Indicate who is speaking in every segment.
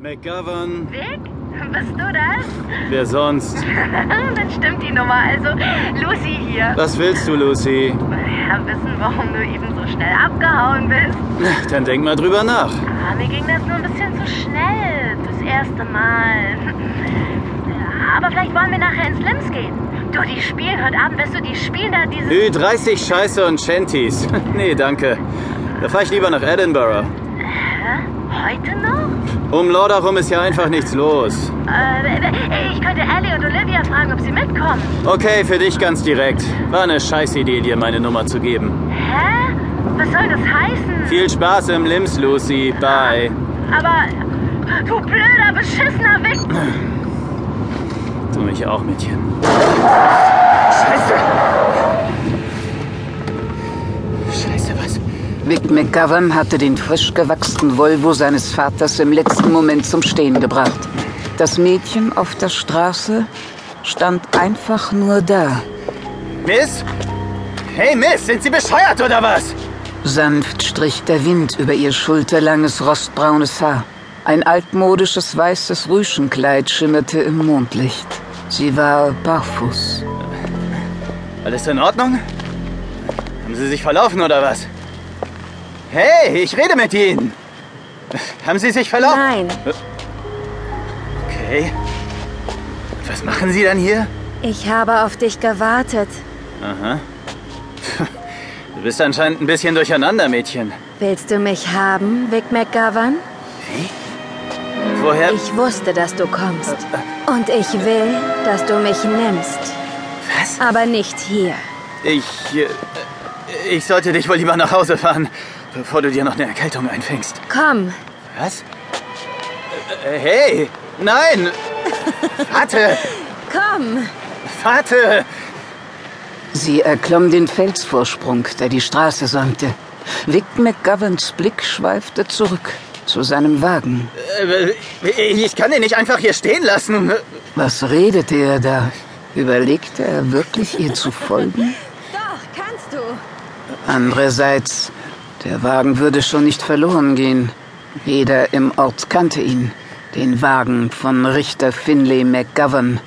Speaker 1: McGovern,
Speaker 2: Dick, bist du das?
Speaker 1: wer sonst?
Speaker 2: Dann stimmt die Nummer. Also, Lucy hier.
Speaker 1: Was willst du, Lucy?
Speaker 2: Ja, wissen, warum du eben so schnell abgehauen bist.
Speaker 1: Na, Dann denk mal drüber nach.
Speaker 2: Ah, mir ging das nur ein bisschen zu schnell. Das erste Mal. Ja, Aber vielleicht wollen wir nachher ins Lims gehen. Du, die spielen heute Abend, wirst du die spielen da dieses...
Speaker 1: Äh. Ü30 Scheiße und Shanties. nee, danke. Da fahr ich lieber nach Edinburgh.
Speaker 2: Hä? Heute noch?
Speaker 1: Um Lorda rum ist ja einfach nichts los.
Speaker 2: Äh, ich könnte Ellie und Olivia fragen, ob sie mitkommen.
Speaker 1: Okay, für dich ganz direkt. War eine Scheißidee, dir meine Nummer zu geben.
Speaker 2: Hä? Was soll das heißen?
Speaker 1: Viel Spaß im Lims, Lucy. Bye.
Speaker 2: Aber du blöder, beschissener Wicht.
Speaker 1: Du mich auch, Mädchen.
Speaker 3: Scheiße, was? Vic McGovern hatte den frisch gewachsenen Volvo seines Vaters im letzten Moment zum Stehen gebracht. Das Mädchen auf der Straße stand einfach nur da.
Speaker 1: Miss? Hey, Miss, sind Sie bescheuert oder was?
Speaker 3: Sanft strich der Wind über ihr schulterlanges, rostbraunes Haar. Ein altmodisches weißes Rüschenkleid schimmerte im Mondlicht. Sie war barfuß.
Speaker 1: Alles in Ordnung? Haben Sie sich verlaufen oder was? Hey, ich rede mit Ihnen. Haben Sie sich verlaufen?
Speaker 4: Nein,
Speaker 1: Okay. Was machen Sie dann hier?
Speaker 4: ich habe auf dich gewartet.
Speaker 1: Aha. Du bist anscheinend ein bisschen durcheinander, Mädchen.
Speaker 4: Willst du mich haben, Vic McGovern?
Speaker 1: Woher?
Speaker 4: Ich wusste, dass du kommst. Und ich will, dass du mich nimmst.
Speaker 1: Was?
Speaker 4: Aber nicht hier.
Speaker 1: Ich. äh, Ich sollte dich wohl lieber nach Hause fahren, bevor du dir noch eine Erkältung einfängst.
Speaker 4: Komm,
Speaker 1: Was? Äh, äh, Hey! Nein! Warte!
Speaker 4: komm.
Speaker 1: Warte!
Speaker 3: Sie erklomm den Felsvorsprung, der die Straße säumte. Vic McGoverns Blick schweifte zurück zu seinem Wagen.
Speaker 1: Äh, Ich kann den nicht einfach hier stehen lassen.
Speaker 3: Was redete er da? Überlegte er wirklich, ihr zu folgen?
Speaker 4: Doch, kannst du.
Speaker 3: Andererseits, der Wagen würde schon nicht verloren gehen. Jeder im Ort kannte ihn. Den Wagen von Richter Finlay McGovern,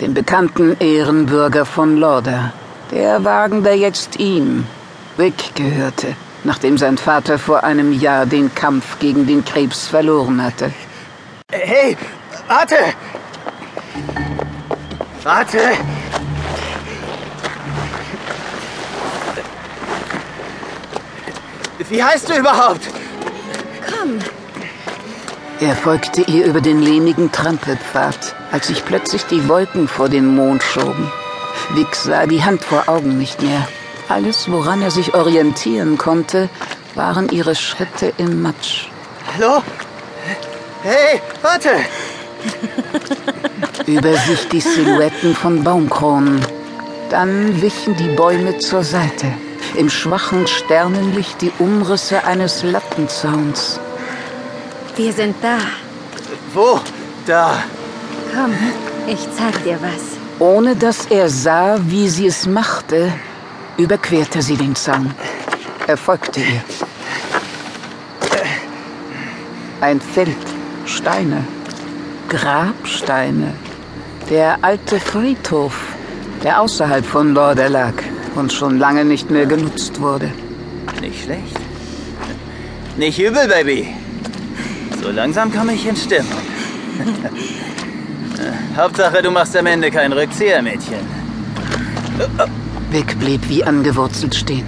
Speaker 3: dem bekannten Ehrenbürger von Lorda. Der Wagen, der jetzt ihm, Rick, gehörte, nachdem sein Vater vor einem Jahr den Kampf gegen den Krebs verloren hatte.
Speaker 1: Äh, Hey! Warte! Warte! Wie heißt du überhaupt?
Speaker 4: Komm,
Speaker 3: Er folgte ihr über den lehmigen Trampelpfad, als sich plötzlich die Wolken vor den Mond schoben. Vic sah die Hand vor Augen nicht mehr. Alles, woran er sich orientieren konnte, waren ihre Schritte im Matsch.
Speaker 1: Hallo? Hey, warte!
Speaker 3: Über sich die Silhouetten von Baumkronen. Dann wichen die Bäume zur Seite. Im schwachen Sternenlicht die Umrisse eines Lattenzauns.
Speaker 4: wir sind da.
Speaker 1: Wo? Da.
Speaker 4: Komm, ich zeig dir was.
Speaker 3: Ohne dass er sah, wie sie es machte, überquerte sie den Zaun. Er folgte ihr. Ein Feld, Steine, Grabsteine. Der alte Friedhof, der außerhalb von Lorda lag und schon lange nicht mehr genutzt wurde.
Speaker 1: Nicht schlecht. Nicht übel, Baby. So langsam komme ich in Stimmung. Hauptsache, du machst am Ende keinen Rückzieher, Mädchen.
Speaker 3: Vic blieb wie angewurzelt stehen.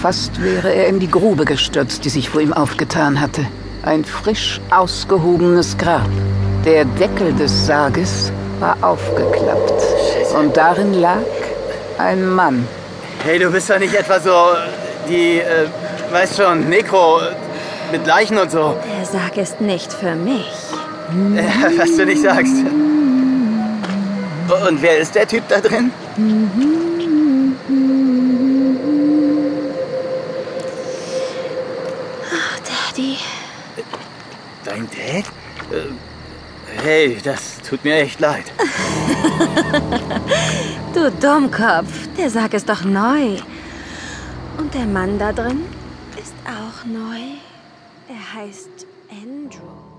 Speaker 3: Fast wäre er in die Grube gestürzt, die sich vor ihm aufgetan hatte. Ein frisch ausgehobenes Grab. Der Deckel des Sarges war aufgeklappt. Und darin lag ein Mann.
Speaker 1: Hey, du bist doch nicht etwa so die, äh, weißt schon, Nekro äh, mit Leichen und so.
Speaker 4: Der Sarg ist nicht für mich.
Speaker 1: Äh, was du nicht sagst. Und wer ist der Typ da drin?
Speaker 4: Ach, Daddy.
Speaker 1: Dein Dad? Äh, Hey, das tut mir echt leid.
Speaker 4: Du Dummkopf, der Sarg ist doch neu. Und der Mann da drin ist auch neu. Er heißt Andrew.